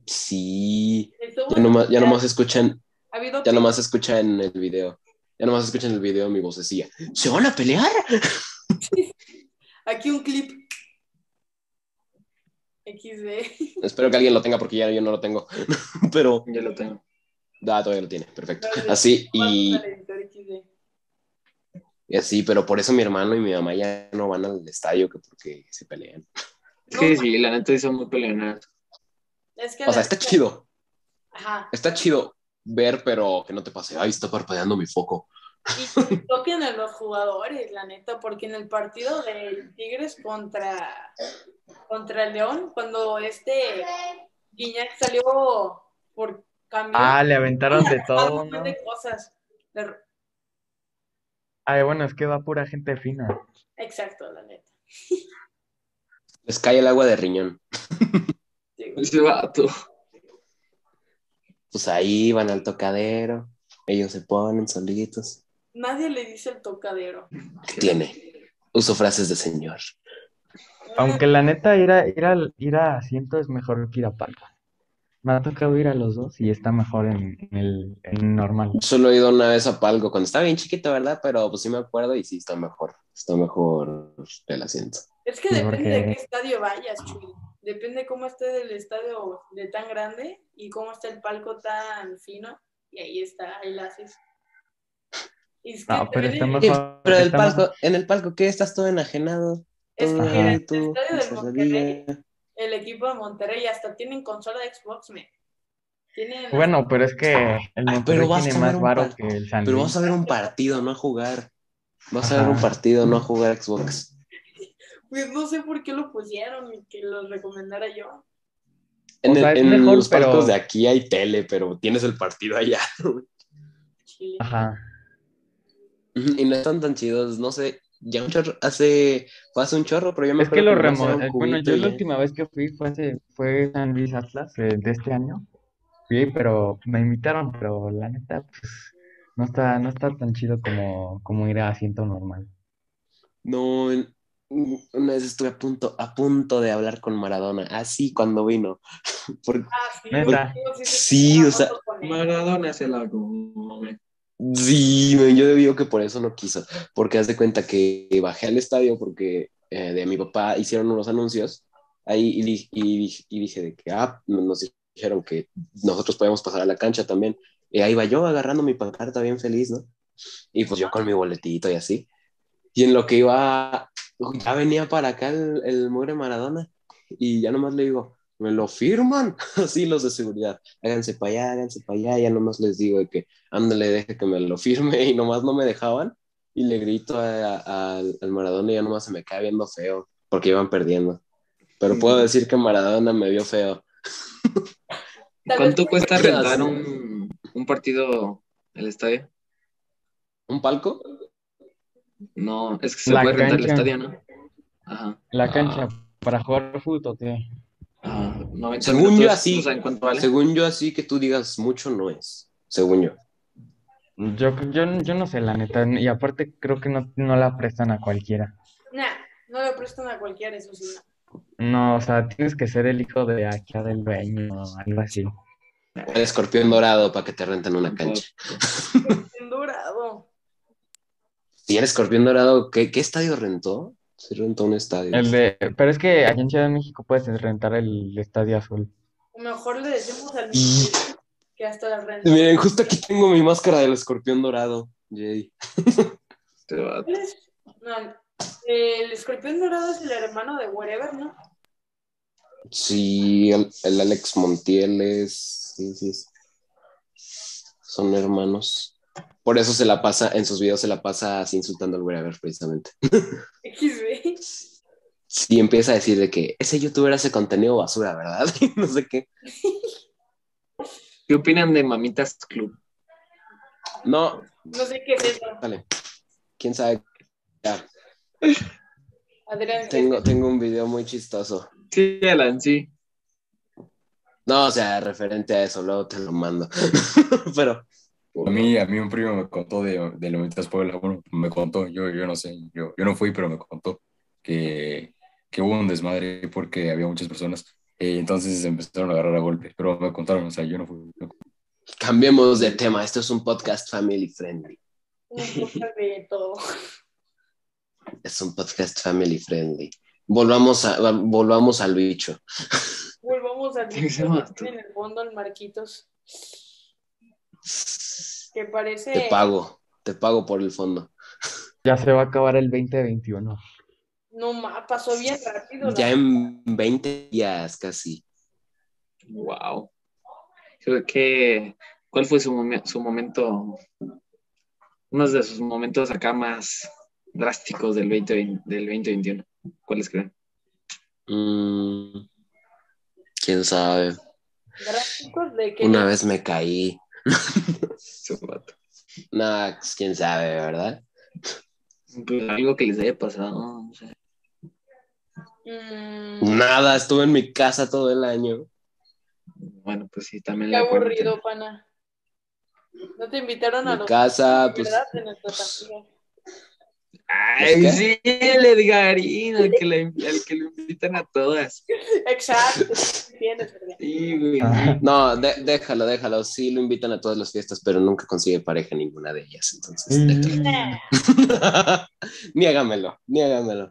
Sí,
estuvo-
ya nomás, ya nomás escuchan,
Ha habido
ya nomás escuchan el video. Ya nomás escuchan el video mi vocecilla. ¿Se van a pelear?
aquí un clip. XD.
Espero que alguien lo tenga porque ya yo no lo tengo. (laughs) Pero,
Ya lo tengo.
ah, todavía lo tiene, perfecto. Así,
(laughs)
y,
Vamos al editor XD.
y así, pero por eso mi hermano y mi mamá ya no van al estadio que porque se pelean.
Es que sí, la neta son muy peleonadas.
Es que
O
la-
sea, está chido,
Ajá.
está chido ver, pero que no te pase. Ay, está parpadeando mi foco.
Y que toquen a los jugadores, la neta, porque en el partido de Tigres contra, contra León, cuando este Guiñac salió por cambio,
Ah, le aventaron de
un
todo,
montón
¿no?
de cosas. Le-
Ay, bueno, es que va pura gente fina.
Exacto, la neta.
Les cae el agua de riñón.
Sí, güey.
Ese vato.
Pues ahí van al tocadero, ellos se ponen solitos.
Nadie le dice el tocadero.
¿Qué tiene? Uso frases de señor.
Aunque la neta, ir a, ir al- ir a asiento es mejor que ir a palco. Me ha tocado ir a los dos y está mejor en, en el en normal.
Solo he ido una vez a Palco cuando estaba bien chiquito, ¿verdad? Pero pues sí me acuerdo y sí está mejor. Está mejor el asiento.
Es que
Sí,
depende
porque-
de qué estadio vayas, Chuy. Depende cómo esté el estadio de tan grande y cómo está el palco tan fino. Y ahí está, ahí la haces. Y es que
No, pero está
también
más
el-
Sí,
fa-
pero el
está más-
palco, en el palco, ¿qué? Estás todo enajenado.
es que
todo
mira,
Ajá.
en el
tú,
estadio del
estás
Monterrey,
bien.
el equipo de Monterrey hasta tienen consola de Xbox, me. Tienen
Bueno, pero es que el
Ay, pero
Monterrey
vas
tiene
a ver
más
un
varo
par-
que el San
Pero
Luis.
vas a ver un partido, no a jugar. Vas a
Ajá.
ver un partido, no a jugar Xbox.
Pues no sé por qué lo pusieron y que los recomendara yo.
En,
sea,
el-
es
en
mejor,
los
pero-
palcos de aquí hay tele, pero tienes el partido allá.
Chile.
Ajá.
Y no están tan chidos, no sé. Ya un chorro, hace, fue hace un chorro, pero yo me
Es que
acuerdo
lo
nomás era
remo...
un
eh, Bueno,
cubito
yo
y
la
ya.
última vez que fui fue, hace- fue San Luis Atlas eh, de este año. Fui, pero me invitaron, pero la neta, pues, no está, no está tan chido como, como ir a asiento normal.
No, en- una vez estuve a punto, a punto de hablar con Maradona, así cuando vino. (laughs) Por-
Ah, sí,
Neta.
yo sí,
Sí,
tengo
o sea,
foto con él.
Maradona se la come.
sí, güey, yo digo que por eso no quiso, porque haz de cuenta que bajé al estadio porque eh, de mi papá hicieron unos anuncios ahí y, di- y di- y dije de que, ah, nos dijeron que nosotros podíamos pasar a la cancha también. Y ahí va yo agarrando mi pancarta bien feliz, ¿no? Y pues yo con mi boletito y así. Y en lo que iba, ya venía para acá el, el mugre Maradona y ya nomás le digo, ¿me lo firman? (laughs) Así los de seguridad, háganse para allá, háganse para allá, ya nomás les digo de que, ándale, deje que me lo firme y nomás no me dejaban y le grito a- a- al- al Maradona y ya nomás se me cae viendo feo porque iban perdiendo. Pero puedo decir que Maradona me vio feo.
Tal vez
¿Cuánto cuesta
Gracias.
rentar un, un partido el estadio?
¿Un palco?
No, es que se
La
puede rentar el
cancha.
estadio, ¿no? Ajá.
La
Ah.
cancha para jugar fútbol, ¿qué?
Ah, 90
Según
minutos,
yo, así.
no saben cuánto vale.
Según yo, así que tú digas mucho no es, según yo.
Yo, yo, yo no sé, la neta, y aparte creo que no, no la prestan a cualquiera.
Nah, no le prestan a cualquiera, eso
(laughs)
sí. no.
No, o sea, tienes que ser el hijo de acá del dueño o algo así.
O el escorpión dorado para que te renten una cancha.
En dorado.
Y el Escorpión Dorado, ¿qué, qué estadio rentó? Sí, rentó un estadio.
El de, pero es que allá en Ciudad de México puedes rentar el Estadio Azul.
O mejor le decimos al
Y-
mismo que hasta la renta.
Miren, justo aquí tengo mi máscara del Escorpión Dorado. Yay.
Este vato.
¿Cuál es? No, el escorpión dorado es el hermano de Wherever, ¿no? (laughs)
Sí, el, el Alex Montiel es. Sí, sí. es- Son hermanos. Por eso se la pasa, en sus videos se la pasa así insultando al wherever, precisamente.
XB.
Sí, empieza a decir de que ese youtuber hace contenido basura, ¿verdad? (laughs) Y no sé qué.
¿Qué opinan de Mamitas Club?
No,
No sé qué es eso.
dale. Quién sabe. Ya,
Adrián,
tengo, tengo un video muy chistoso.
Sí, Alan, sí.
No, o sea, referente a eso, luego te lo mando. (laughs) Pero
A mí, a mí un primo me contó de, de Lomitas Puebla, bueno, me contó, yo, yo no sé, yo, yo no fui, pero me contó que, que hubo un desmadre porque había muchas personas y entonces se empezaron a agarrar a golpes, pero me contaron, o sea, yo no fui.
cambiemos de tema. Esto es un podcast family friendly.
un poco de todo.
Es un podcast family friendly. Volvamos, a, volvamos al bicho.
Volvamos al
¿Qué se llama esto?
en el fondo al Marquitos. Que parece.
Te pago, te pago por el fondo.
Ya se va a acabar el 2021.
No ma, pasó bien rápido.
Ya
la-
en 20 días casi.
Wow. Creo que, ¿cuál fue su, momen- su momento? Uno de sus momentos acá más drásticos del, 2020 del 2021. ¿Cuáles creen?
Mm, Quién sabe.
Gráficos de que.
Una vez me caí.
Su vato.
Nah, pues, quién sabe, ¿verdad?
Pues, algo que les haya pasado. no sé.
Mm,
Nada, estuve en mi casa todo el año.
Bueno, pues sí, también
qué
la
aburrido,
cuarentena.
pana. No te invitaron a
Mi
los.
casa, pues
¿verdad? De nuestra familia.
Ay,
¿Qué?
sí, el Edgarín, al que, le, al que le invitan a todas.
Exacto. Entiendes,
(laughs)
¿verdad?
Sí, güey.
Ajá.
No, de- déjalo, déjalo. Sí lo invitan a todas las fiestas, pero nunca consigue pareja en ninguna de ellas. Entonces, déjalo.
Nah,
(laughs) niégamelo, niégamelo.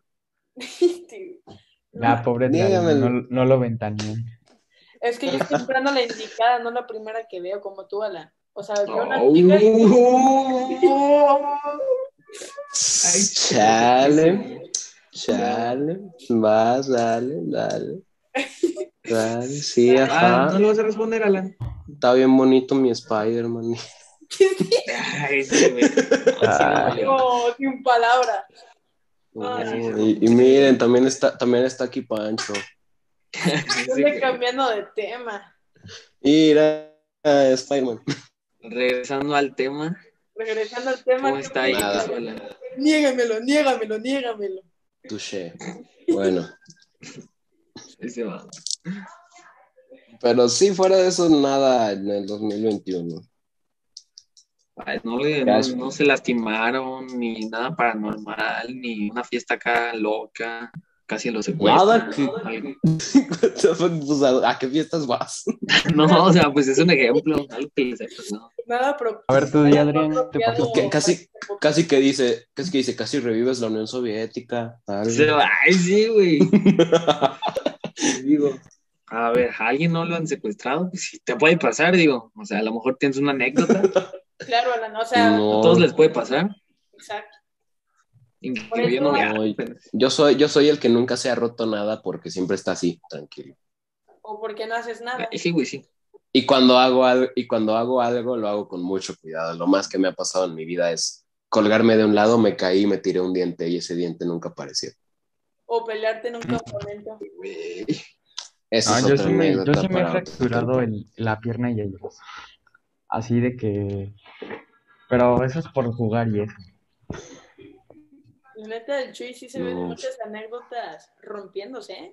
tío.
Ah,
La pobre de
Dígamelo.
no, no lo ventanean.
Es que yo estoy esperando la indicada,
Oh.
no la primera que veo como tú, Alan. O sea, veo una
Oh.
chica y-
Chale. Chale. Vas, dale,
(laughs)
dale. Dale, sí,
Ah,
ajá.
no lo vas a responder, Alan.
Está bien bonito mi Spider-Man.
Ay,
(laughs)
sí, güey. Ah, sí, no, vale.
No, sin palabra. Ay.
Y, y miren, también está, también está aquí Pancho.
Sí,
Estoy
güey.
cambiando de tema.
Mira, ah, Spider-Man.
Regresando al tema,
Regresando al tema.
¿cómo está ahí?
Nada.
eso, Alan?
Niégamelo, niégamelo, niégamelo.
Touché. Bueno.
Ese va.
Pero sí, fuera de eso, nada en el 2021.
Ay, No, le- no,
Gracias.
no se lastimaron, ni nada paranormal, ni una fiesta acá loca, casi lo secuestran.
Nada que-
algo.
(laughs)
(laughs)
What the fuck, pues, ¿a, a qué fiestas vas? (laughs)
No, o sea, pues es un ejemplo, algo que les haya pasado.
Nada pro-
A ver, tú, di, Adrián, ¿te pasó?
apropiado
Que casi-
para-
Casi que dice, casi que dice, casi revives la Unión Soviética. tal.
Se va, (laughs) ay,
(laughs)
sí, güey. digo, a ver, ¿a alguien no lo han secuestrado? Pues sí, te puede pasar, digo. O sea, a lo mejor tienes
(laughs)
una anécdota,
Claro, Alan, o sea,
No.
a todos les puede pasar,
exacto.
incluyéndome. a-
No, Yo soy, yo soy el que nunca se ha roto nada porque siempre está así, tranquilo.
O porque no haces nada.
Sí, güey, sí.
Y cuando hago algo, y cuando hago algo, lo hago con mucho cuidado. Lo más que me ha pasado en mi vida es colgarme de un lado, me caí, me tiré un diente y ese diente nunca apareció.
O pelearte en un campamento.
Güey.
Esa es
No, Ah, yo
otra
sí me, yo
anécdota
sí me he
para otro
fracturado el- la pierna y el brazo. Así de que. Pero eso es por jugar y eso.
La neta del Chuy sí se ven
No.
muchas anécdotas rompiéndose, ¿eh?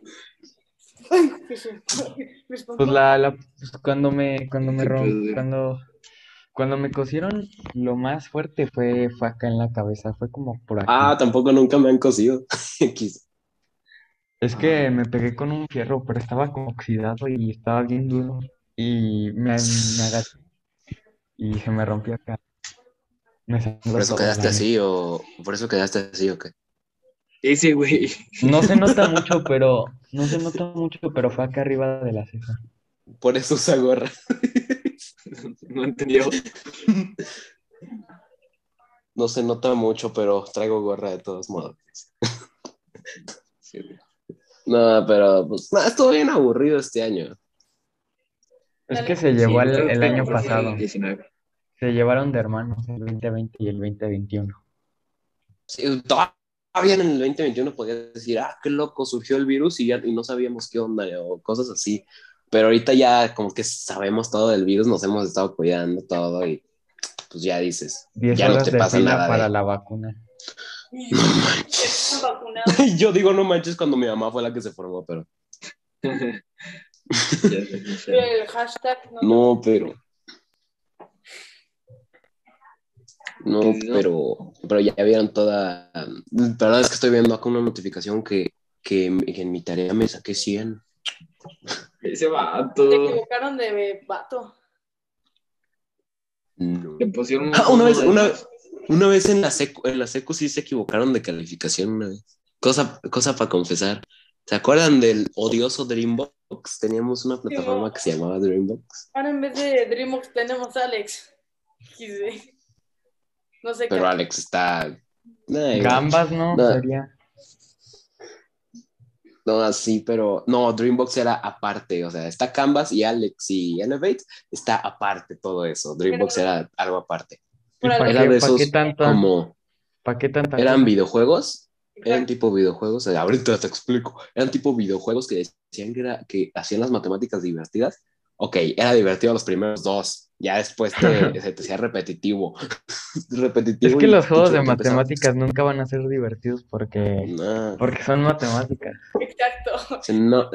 Ay, Jesús. (laughs) Mis
Pues
pompones.
la, la- pues cuando me, cuando me
Sí,
rom-
pues, sí.
cuando, cuando me cosieron, lo más fuerte fue, fue acá en la cabeza, fue como por aquí.
Ah, tampoco nunca me han cosido. (laughs) X.
Es que me pegué con un fierro, pero estaba como oxidado y estaba bien duro. Y me, me agaché y se me rompió acá. Me sangró
¿Por eso
todo,
quedaste
la
así o por eso quedaste así o qué?
Ese, güey. (laughs)
neta. No se nota mucho, pero no se nota mucho, pero fue acá arriba de la ceja.
Por eso usa gorra. (laughs)
No entendió.
No se nota mucho, pero traigo gorra de todos modos.
Sí, güey.
No, pero pues, no, estuvo bien aburrido este año.
Es
Dale.
que se llevó
Sí,
al-
creo
el
que
año
fue
pasado.
el 19.
(laughs)
Se llevaron de hermanos el 2020 y el 2021.
Sí, todavía en el 2021 podías decir, ah, qué loco, surgió el virus y ya y no sabíamos qué onda o cosas así. Pero ahorita ya como que sabemos todo del virus, nos hemos estado cuidando todo y pues ya dices. (laughs)
10
Ya no
horas
te
de
pasa
fila
nada eh. de-
para la vacuna.
Y- Están vacunados.
Yo digo, no manches, cuando mi mamá fue la que se formó, pero...
Ya sé, no sé.
El hashtag no.
No, pero... No,
Pues no.
pero... Pero ya vieron toda... La verdad es que estoy viendo acá una notificación que, que, que en mi tarea me saqué 100.
Ese
Se
vato.
equivocaron de vato.
No.
Le pusieron un-
Ah, una vez, una, una vez en la secu, en la secu sí se equivocaron de calificación una vez. Cosa, cosa para confesar. ¿Se acuerdan del odioso Dreambox? Teníamos una plataforma que se llamaba Dreambox,
Ahora en vez de DreamWorks tenemos a Alex. XD. No sé
pero
qué.
Alex está. Ay,
Gambas, ¿no?
Nada.
Sería.
No, así, pero. No, Dreambox era aparte. O sea, está Canvas y Alex y Elevate. Está aparte todo eso. Dreambox
Pero-
era algo aparte.
¿Y
Era
para
de
qué, para
esos
qué tanta,
Como
para qué tanta
eran
cosa?
videojuegos, Eran
Exacto.
tipo videojuegos, eh, ahorita te explico, eran tipo videojuegos que decían que, era- que hacían las matemáticas divertidas. Ok, era divertido los primeros dos, ya después
(laughs)
te- se te hacía repetitivo. (laughs) repetitivo
Es que
y-
los juegos
y
de
te empezaba-
matemáticas nunca van a ser divertidos porque,
No,
porque son matemáticas.
Exacto.
o sea, no,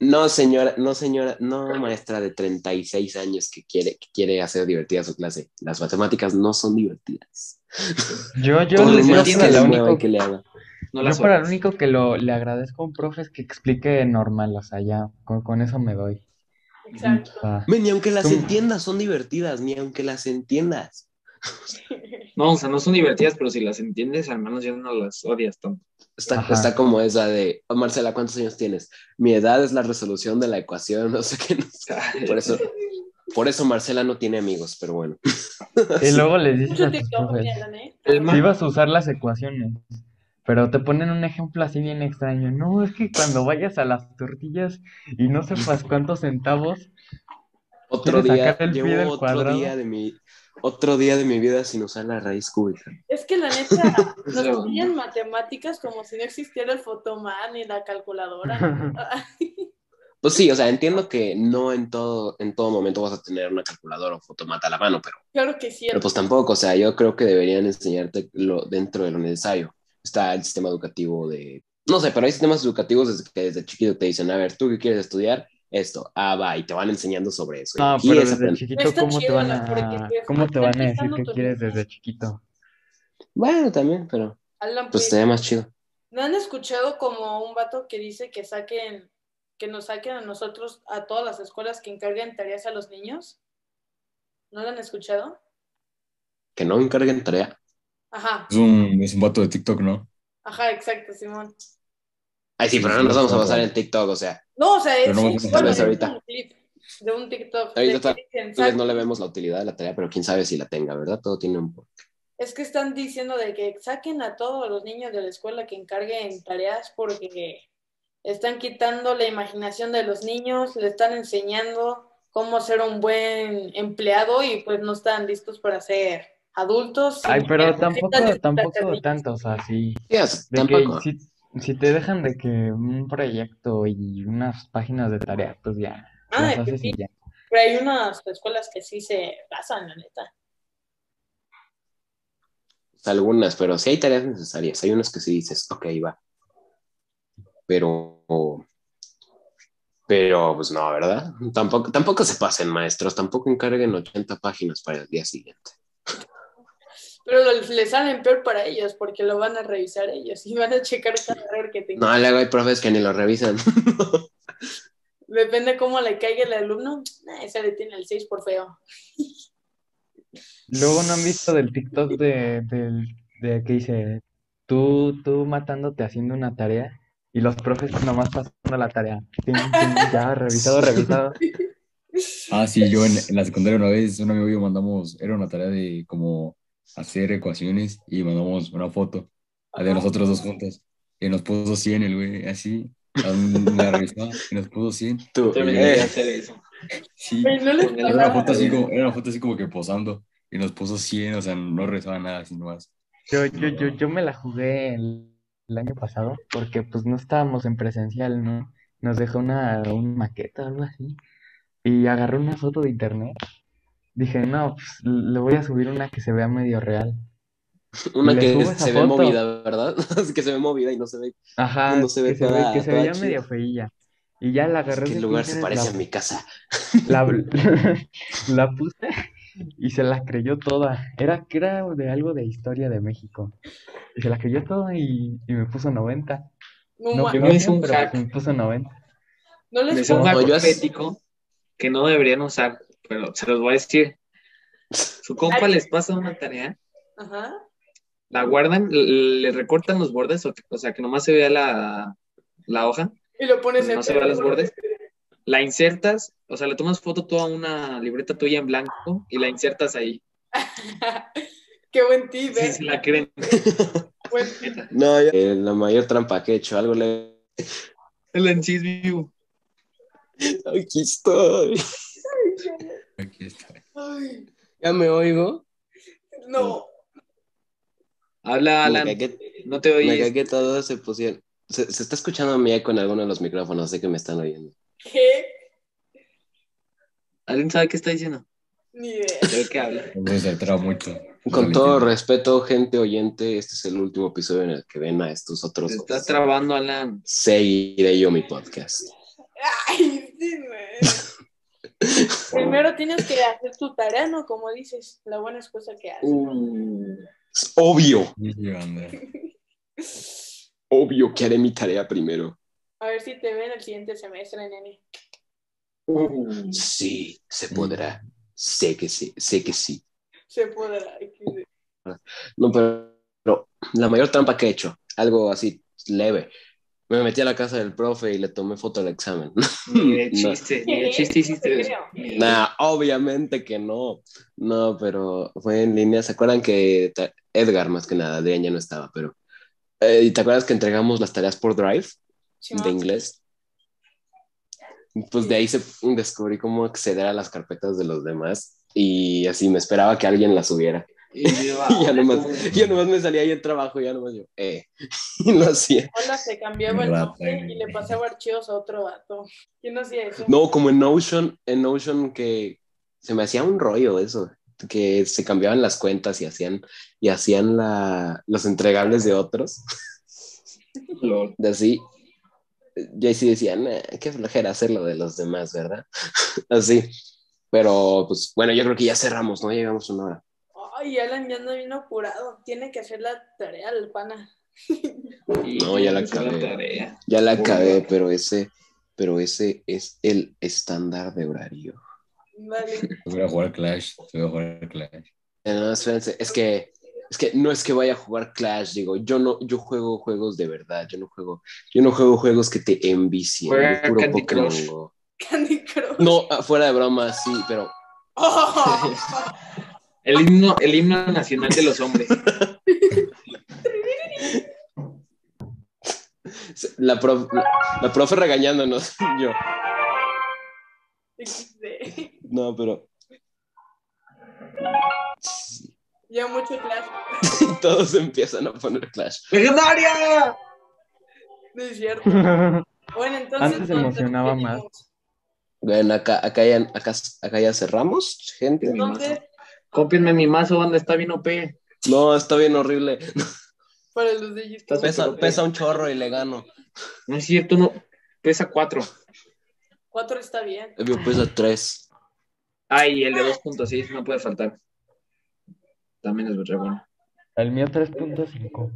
no, señora, no, señora, no, maestra de 36 años que quiere, que quiere hacer divertida su clase. Las matemáticas no son divertidas.
Yo, yo
Por
lo
les
más
creo
que
que
entiendo,
lo
le
la
mueva y
único,
que le haga.
No la
yo para lo
sobras.
único que lo le agradezco a un profe es que explique normal, o sea, ya con, con eso me doy. Ah.
Exacto.
O sea,
Men, ni aunque las
Tú-
entiendas, son divertidas, ni aunque las entiendas.
No, o sea, no son divertidas, pero si las entiendes, al menos ya no las odias tanto.
Está,
Ajá.
está como esa de, "Oh, Marcela, (laughs)
(laughs)
¿cuántos años tienes? Mi edad es la resolución de la ecuación, no sé qué. no sé". Por eso, Por eso Marcela no tiene amigos, pero bueno.
Y luego les dices
Mucho
a tus
TikTok
profes,
miran, ¿eh?
El
"Sí
más
vas a usar las ecuaciones, pero te ponen un ejemplo así bien extraño. No, es que cuando vayas a las tortillas y no sepas cuántos centavos,
Otro
¿Quieres
día,
sacar el
llevo
pie del
otro
cuadrado?
día de mi, otro día de mi vida sin usar la raíz cúbica.
Es que la
(laughs)
neta, nos
Eso.
enseñan matemáticas como si no existiera el fotomán ni la
(laughs)
calculadora.
Pues sí, o sea, entiendo que no en todo, en todo momento vas a tener una calculadora o fotomata a la mano, pero,
claro que sí.
pero pues tampoco, o sea, yo creo que deberían enseñarte lo, dentro de lo necesario. Está el sistema educativo de, no sé, pero hay sistemas educativos desde que desde chiquito te dicen, a ver, ¿tú qué quieres estudiar? Esto, ah, va, y te van enseñando sobre eso.
(laughs) no,
Y
Ah, pero
es
desde
aprender.
chiquito,
Está
¿cómo te
chido,
van
¿no? Porque
a,
te
cómo te van a
están
decir
quitando
qué
tu
quieres
libertad.
desde chiquito?
Bueno, también, pero
Alan,
pues
pues,
estaría más chido.
¿no han escuchado como un vato que dice que saquen, que nos saquen a nosotros, a todas las escuelas que encarguen tareas a los niños? ¿No lo han escuchado?
Que no encarguen tarea.
Ajá,
Es un, es un vato de TikTok, ¿no?
ajá, exacto, Simón.
Ay, sí, pero no nos vamos a basar en TikTok, o sea,
No, o sea, es
Pero no
un,
vamos a
bueno,
hablar
es
ahorita.
un clip de un TikTok.
Ahorita
de
está-
que dicen,
tal vez no le vemos la utilidad de la tarea, pero quién sabe si la tenga, ¿verdad? Todo tiene un...
Es que están diciendo de que saquen a todos los niños de la escuela que encarguen tareas porque están quitando la imaginación de los niños, le están enseñando cómo ser un buen empleado y pues no están listos para ser adultos.
Ay, pero tampoco,
necesitan
tampoco
disfrutar.
tanto, o sea, sí.
Sí, o sea,
De que
tampoco.
si, si te dejan de que un proyecto y unas páginas de tarea, pues ya,
Ah,
las haces y ya.
pero hay unas escuelas que sí se pasan, la neta.
Algunas, pero sí hay tareas necesarias. Hay unas que sí dices, ok, va. Pero, pero pues no, ¿verdad? Tampoco, tampoco se pasen, maestros. Tampoco encarguen 80 páginas para el día siguiente.
Pero le salen peor para ellos porque lo van a revisar ellos y van a checar cada error que tengan.
No, luego hay profes que ni lo revisan. (laughs)
Depende cómo le caiga el alumno. Nah, ese le tiene el 6 por feo.
Luego no han visto del TikTok de, del, de que dice, tú, tú matándote haciendo una tarea y los profes nomás pasando la tarea. Tin, tin, (laughs) ya, revisado, revisado.
Ah, sí, yo en, en la secundaria una vez, un amigo y yo mandamos, era una tarea de como hacer ecuaciones y mandamos una foto de nosotros dos juntos. Y nos puso 100 el güey, así, a un- la revisada, y nos puso 100.
Tú,
también
eh,
debería hacer eso.
Sí,
Güey, no les
era una
pagaba.
foto así como, era una foto así como que posando. Y nos puso 100, o sea, no revisaba nada, así nomás.
Yo, yo, yo, yo me la jugué el, el año pasado porque pues no estábamos en presencial, ¿no? Nos dejó una, una maqueta o algo así. Y agarré una foto de internet. Dije, no, pues le voy a subir una que se vea medio real.
una
Le
que
subo esa
se ve
foto.
movida, ¿verdad? (laughs) Es que se ve movida y no se ve.
Ajá,
No se ve
que se ve,
toda-
que se
toda
veía
chida.
medio feilla. Y ya la agarré
¿Qué
de
lugar se
Pinterest,
parece
la-
a mi casa?
(laughs)
La, (laughs) la puse y se la creyó toda. Era que era de algo de historia de México. Y se la creyó toda y, y me puso 90.
No,
No,
ma-
no
Yo me hice
bien,
un
pero pues
hack.
me puso 90.
no
Me
les
hizo un
pagaba.
hack
No, yo así-
ético que no deberían usar, pero se los voy a decir. Su compa les pasa una tarea
Ajá.
la guardan, l- le recortan los bordes, o, que- o sea, que nomás se vea la, la hoja,
Y lo pones en
no se vean los bordes. La insertas, o sea, le tomas foto toda una libreta tuya en blanco y la insertas ahí.
(laughs) Qué buen tip,
Sí,
¿eh?
se la creen.
Buen tip.
No, yo- eh, la mayor trampa que he hecho. Algo le... (laughs)
El en Cheese View.
Aquí estoy.
Aquí está.
Ay,
¿Ya me oigo?
Mm.
no.
Habla
Me
Alan,
cagué
no te
Me
oyes.
cagué todos se pusieron. Se, se está escuchando a mí eco en alguno de los micrófonos, sé que me están oyendo.
¿Qué?
¿Alguien sabe qué está diciendo?
Ni idea.
Creo que habla.
Entonces se alteraba mucho.
Con
Dale,
todo
tío.
respeto, gente oyente, este es el último episodio en el que ven a estos otros.
Se está trabando Alan.
Seguiré yo mi podcast.
Ay, sí, no.
(laughs)
Primero tienes que hacer tu tarea, ¿no? Como dices, la buena esposa que haces.
Uh.
Es obvio,
Sí, anda.
obvio que haré mi tarea primero.
(laughs) A ver si te ven el siguiente semestre, nene.
Uh. Sí,
Mm.
se podrá. Sé que sí, sé que sí.
Se podrá. XD.
No, pero, pero la mayor trampa que he hecho, algo así leve, Me metí a la casa del profe y le tomé foto al examen. (laughs)
Ni de chiste, ni de chiste hiciste eso. Ni-
Mm, Nah, obviamente que no. No, pero fue en línea. ¿Se acuerdan que ta- Edgar, más que nada, Adrián ya no estaba, pero. eh, ¿Y te acuerdas que entregamos las tareas por Drive de
Simón.
inglés? Pues de ahí se descubrí cómo acceder a las carpetas de los demás y así me esperaba que alguien las subiera. (laughs)
Y yo, ah,
Y ya nomás, ya nomás me salía ahí el trabajo, ya nomás yo, eh, (laughs) y lo hacía.
Hola, se cambiaba el
Rata,
nombre y le
güey.
pasaba archivos a otro vato. ¿Quién hacía eso?
No, como en Notion, en Notion que se me hacía un rollo eso, que se cambiaban las cuentas y hacían, y hacían la, los entregables de otros,
lol.
de así. Y ahí sí decían, qué flojera hacer lo de los demás, ¿verdad? (laughs) así. Pero, pues, bueno, yo creo que ya cerramos, ¿no? Ya Llevamos una hora.
Ay, Alan ya anda bien apurado. Tiene que hacer la tarea del pana.
Y
No, ya la
hice
acabé.
tarea.
Ya la
Muy
acabé,
bien.
pero ese, pero ese es el estándar de horario.
Vale. (laughs)
Te voy a jugar Clash, te voy a jugar Clash.
Eh, No, espérense, es que, es que no es que vaya a jugar Clash, digo, yo no, yo juego juegos de verdad, yo no juego, yo no juego juegos que te envicien,
Juega
yo puro
Candy
Pokémon
Crush.
Go.
Candy
(laughs)
Crush.
No, ah, fuera de broma, sí, pero
Oh,
El himno, el himno nacional de
(laughs)
los hombres.
la, prof- la profe regañándonos, (laughs) yo,
XD.
no, pero (laughs)
ya mucho clase.
todos empiezan a poner Clash.
¡Legendaria!
No es cierto. Bueno, entonces.
Antes emocionaba
nos
más.
Bueno, acá, acá, ya, acá, acá ya cerramos, gente.
Mi mazo.
Entonces,
Cópienme mi mazo, banda, está bien OP.
No, está bien horrible,
para los de YouTube.
Estás-
pesa, pesa un chorro y le gano.
No es cierto, no. Pesa 4.
Cuatro está bien.
Yo pesa tres.
Ay, el de 2.6 no puede faltar. También es otra bueno.
El mío 3.5.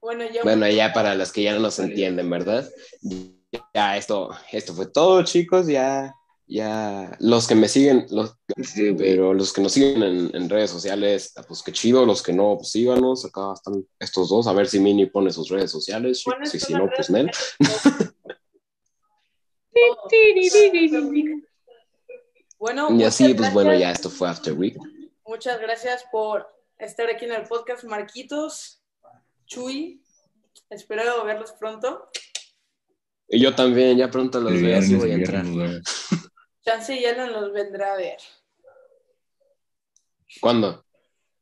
Bueno, ya.
Bueno, ya para las que ya no nos entienden, ¿verdad? Ya esto, esto fue todo, chicos. Ya, ya los que me siguen, los,
Sí, güey.
pero los que nos siguen en, en redes sociales, pues qué chido. Los que no, pues síganos. Acá están estos dos. A ver si Mini pone sus redes sociales.
Bueno,
Si, si
todas
no,
las
pues
redes (laughs)
Nel.
sociales. Bueno,
Y
muchas
así, pues bueno,
gracias.
ya esto fue After Week.
Muchas gracias por estar aquí en el podcast, Marquitos, Chuy. Espero verlos pronto.
Y yo también, ya pronto los
El
veo. Así
viernes,
voy a
viernes,
entrar.
nos vemos.
Chance y Alan los vendrá a ver.
¿Cuándo?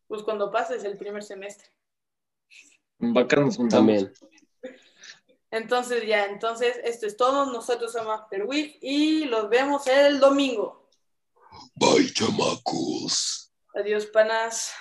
Pues cuando pases el primer semestre.
En Vaca nos juntamos.
También.
Entonces, ya, entonces, esto es todo. Nosotros somos After Week y los vemos el domingo.
Bye, chamacos.
Adiós, panas.